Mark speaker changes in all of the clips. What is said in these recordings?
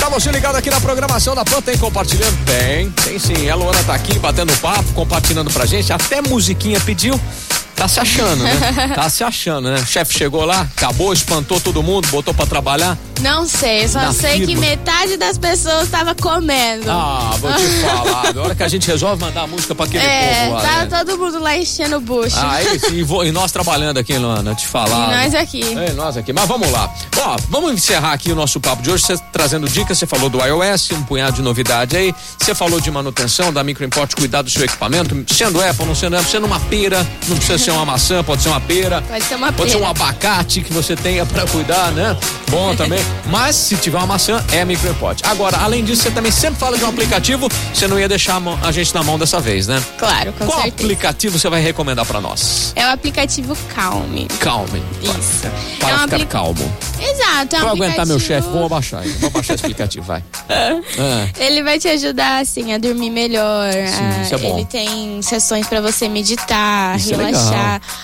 Speaker 1: Tá você ligado aqui na programação da Pan, tem compartilhando? Tem, tem sim. A Luana tá aqui batendo papo, compartilhando pra gente, até musiquinha pediu. Tá se achando, né? Tá se achando, né? O chefe chegou lá, acabou, espantou todo mundo, botou pra trabalhar.
Speaker 2: Não sei, só
Speaker 1: Na
Speaker 2: sei que
Speaker 1: fibra.
Speaker 2: metade das pessoas estava comendo.
Speaker 1: Ah, vou te falar. Na hora que a gente resolve mandar a música pra aquele
Speaker 2: é,
Speaker 1: povo lá.
Speaker 2: tava
Speaker 1: né?
Speaker 2: todo mundo lá enchendo o bucho.
Speaker 1: Ah, isso, e, vo- e nós trabalhando aqui, Luana, te falar.
Speaker 2: e nós aqui.
Speaker 1: É, nós aqui. Mas vamos lá. Ó, vamos encerrar aqui o nosso papo de hoje, você trazendo dicas. Você falou do iOS, um punhado de novidade aí. Você falou de manutenção, da microimport, cuidar do seu equipamento. Sendo Apple, não sendo Apple, sendo uma pera, não precisa ser uma maçã, pode ser uma pera.
Speaker 2: Pode ser uma
Speaker 1: Pode ser um
Speaker 2: pera.
Speaker 1: abacate que você tenha pra cuidar, né? Bom também. Mas se tiver uma maçã, é microimport. Agora, além disso, você também sempre fala de um aplicativo, você não ia deixar a, mão- a gente na mão dessa vez, né?
Speaker 2: Claro, com
Speaker 1: Qual
Speaker 2: certeza.
Speaker 1: aplicativo você vai recomendar pra nós?
Speaker 2: É o aplicativo Calm.
Speaker 1: Calme.
Speaker 2: Isso.
Speaker 1: Para
Speaker 2: é um
Speaker 1: ficar
Speaker 2: apli-
Speaker 1: calmo.
Speaker 2: Exato, é um
Speaker 1: Vou
Speaker 2: aplicativo.
Speaker 1: aguentar meu chefe, vou abaixar ele. Vou abaixar esse aplicativo, vai. Ah,
Speaker 2: Ele vai te ajudar, assim, a dormir melhor. a-
Speaker 1: isso é bom.
Speaker 2: Ele tem sessões pra você meditar,
Speaker 1: Isso é legal.
Speaker 2: relaxar.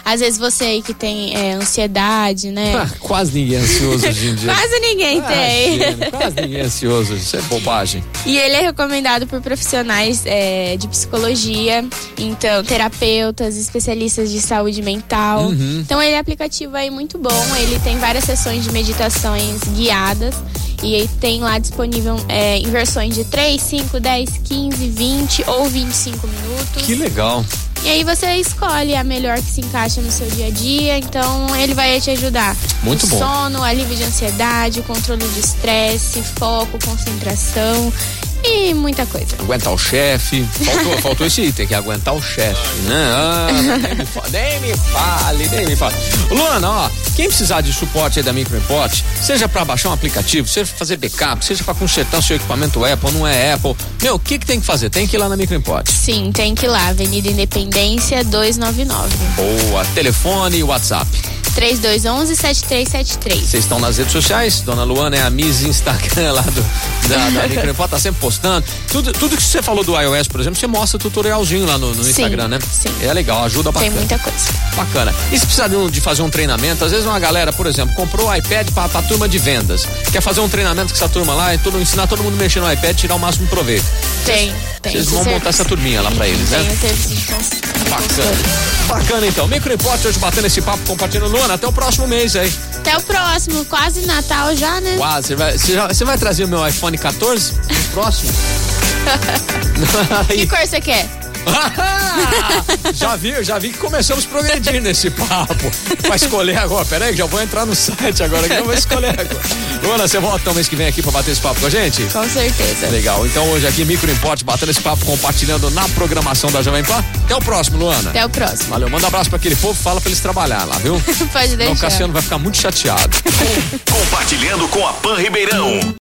Speaker 2: Às vezes você aí que tem é, ansiedade, né?
Speaker 1: ah, quase ninguém é ansioso hoje em dia.
Speaker 2: Quase ninguém
Speaker 1: Ah,
Speaker 2: tem.
Speaker 1: Imagina, quase ninguém é ansioso, isso é bobagem.
Speaker 2: E ele é recomendado por profissionais é, de psicologia, então terapeutas, especialistas de saúde mental. Então ele é um aplicativo aí muito bom. Ele tem várias sessões de meditações guiadas e ele tem lá disponível é, em versões de 3, 5, 10, 15, 20 ou 25 minutos.
Speaker 1: Que legal.
Speaker 2: E aí você escolhe a melhor que se encaixa no seu dia a dia, então ele vai te ajudar.
Speaker 1: Muito
Speaker 2: no
Speaker 1: bom.
Speaker 2: Sono, alívio de ansiedade, controle de estresse, foco, concentração e muita coisa.
Speaker 1: Aguentar o chefe. Faltou, faltou esse item que é aguentar o chefe, né? Ah, nem, me fa- nem me fale, nem me fale. Luana, ó, quem precisar de suporte aí da Microimport, seja pra baixar um aplicativo, seja pra fazer backup, seja pra consertar o seu equipamento Apple, não é Apple. Meu, o que, que tem que fazer? Tem que ir lá na Microimport.
Speaker 2: Sim, tem que ir lá, Avenida Independência 299.
Speaker 1: Boa. Telefone e WhatsApp.
Speaker 2: 3211 7373.
Speaker 1: Vocês estão nas redes sociais, Dona Luana é a Miss Instagram lá do, da, da Microimport, tá sempre postando. Tudo, tudo que você falou do iOS, por exemplo, você mostra tutorialzinho lá no, no
Speaker 2: Sim,
Speaker 1: Instagram, né?
Speaker 2: sim.
Speaker 1: É legal, ajuda
Speaker 2: Tem
Speaker 1: bastante.
Speaker 2: muita coisa.
Speaker 1: Bacana. E se precisar de, um- de fazer um treinamento, às vezes uma galera, por exemplo, comprou o iPad pra, pra turma de vendas. Quer fazer um treinamento com essa turma lá e todo, ensinar todo mundo a mexer no iPad, tirar o máximo proveito.
Speaker 2: Tem, tem.
Speaker 1: Vocês vão
Speaker 2: esse
Speaker 1: montar essa
Speaker 2: serviço.
Speaker 1: turminha lá pra eles, né?
Speaker 2: Tem o serviço de cons- de
Speaker 1: Bacana.
Speaker 2: consultoria.
Speaker 1: Bacana então. Microimport hoje batendo esse papo, compartilhando. Luana, até o próximo mês aí.
Speaker 2: Até o próximo, quase Natal já, né?
Speaker 1: Uau, você vai, você já- você vai trazer o meu iPhone 14 no próximo?
Speaker 2: Que cor você quer?
Speaker 1: já vi, já vi que começamos progredindo nesse papo. Vai escolher agora. Pera aí, que já vou entrar no site agora que eu vou escolher agora. Luana, você volta então mês que vem aqui pra bater esse papo com a gente?
Speaker 2: Com certeza.
Speaker 1: Legal. Então hoje aqui, Micro Import, batendo esse papo, compartilhando na programação da Jovem Pan. Até o próximo, Luana.
Speaker 2: Até o próximo.
Speaker 1: Valeu, manda um abraço pra aquele povo, fala pra eles trabalhar lá, viu?
Speaker 2: Pode
Speaker 1: Não, o
Speaker 2: deixar.
Speaker 1: Cassiano vai ficar muito chateado.
Speaker 3: Compartilhando com a Pan Ribeirão.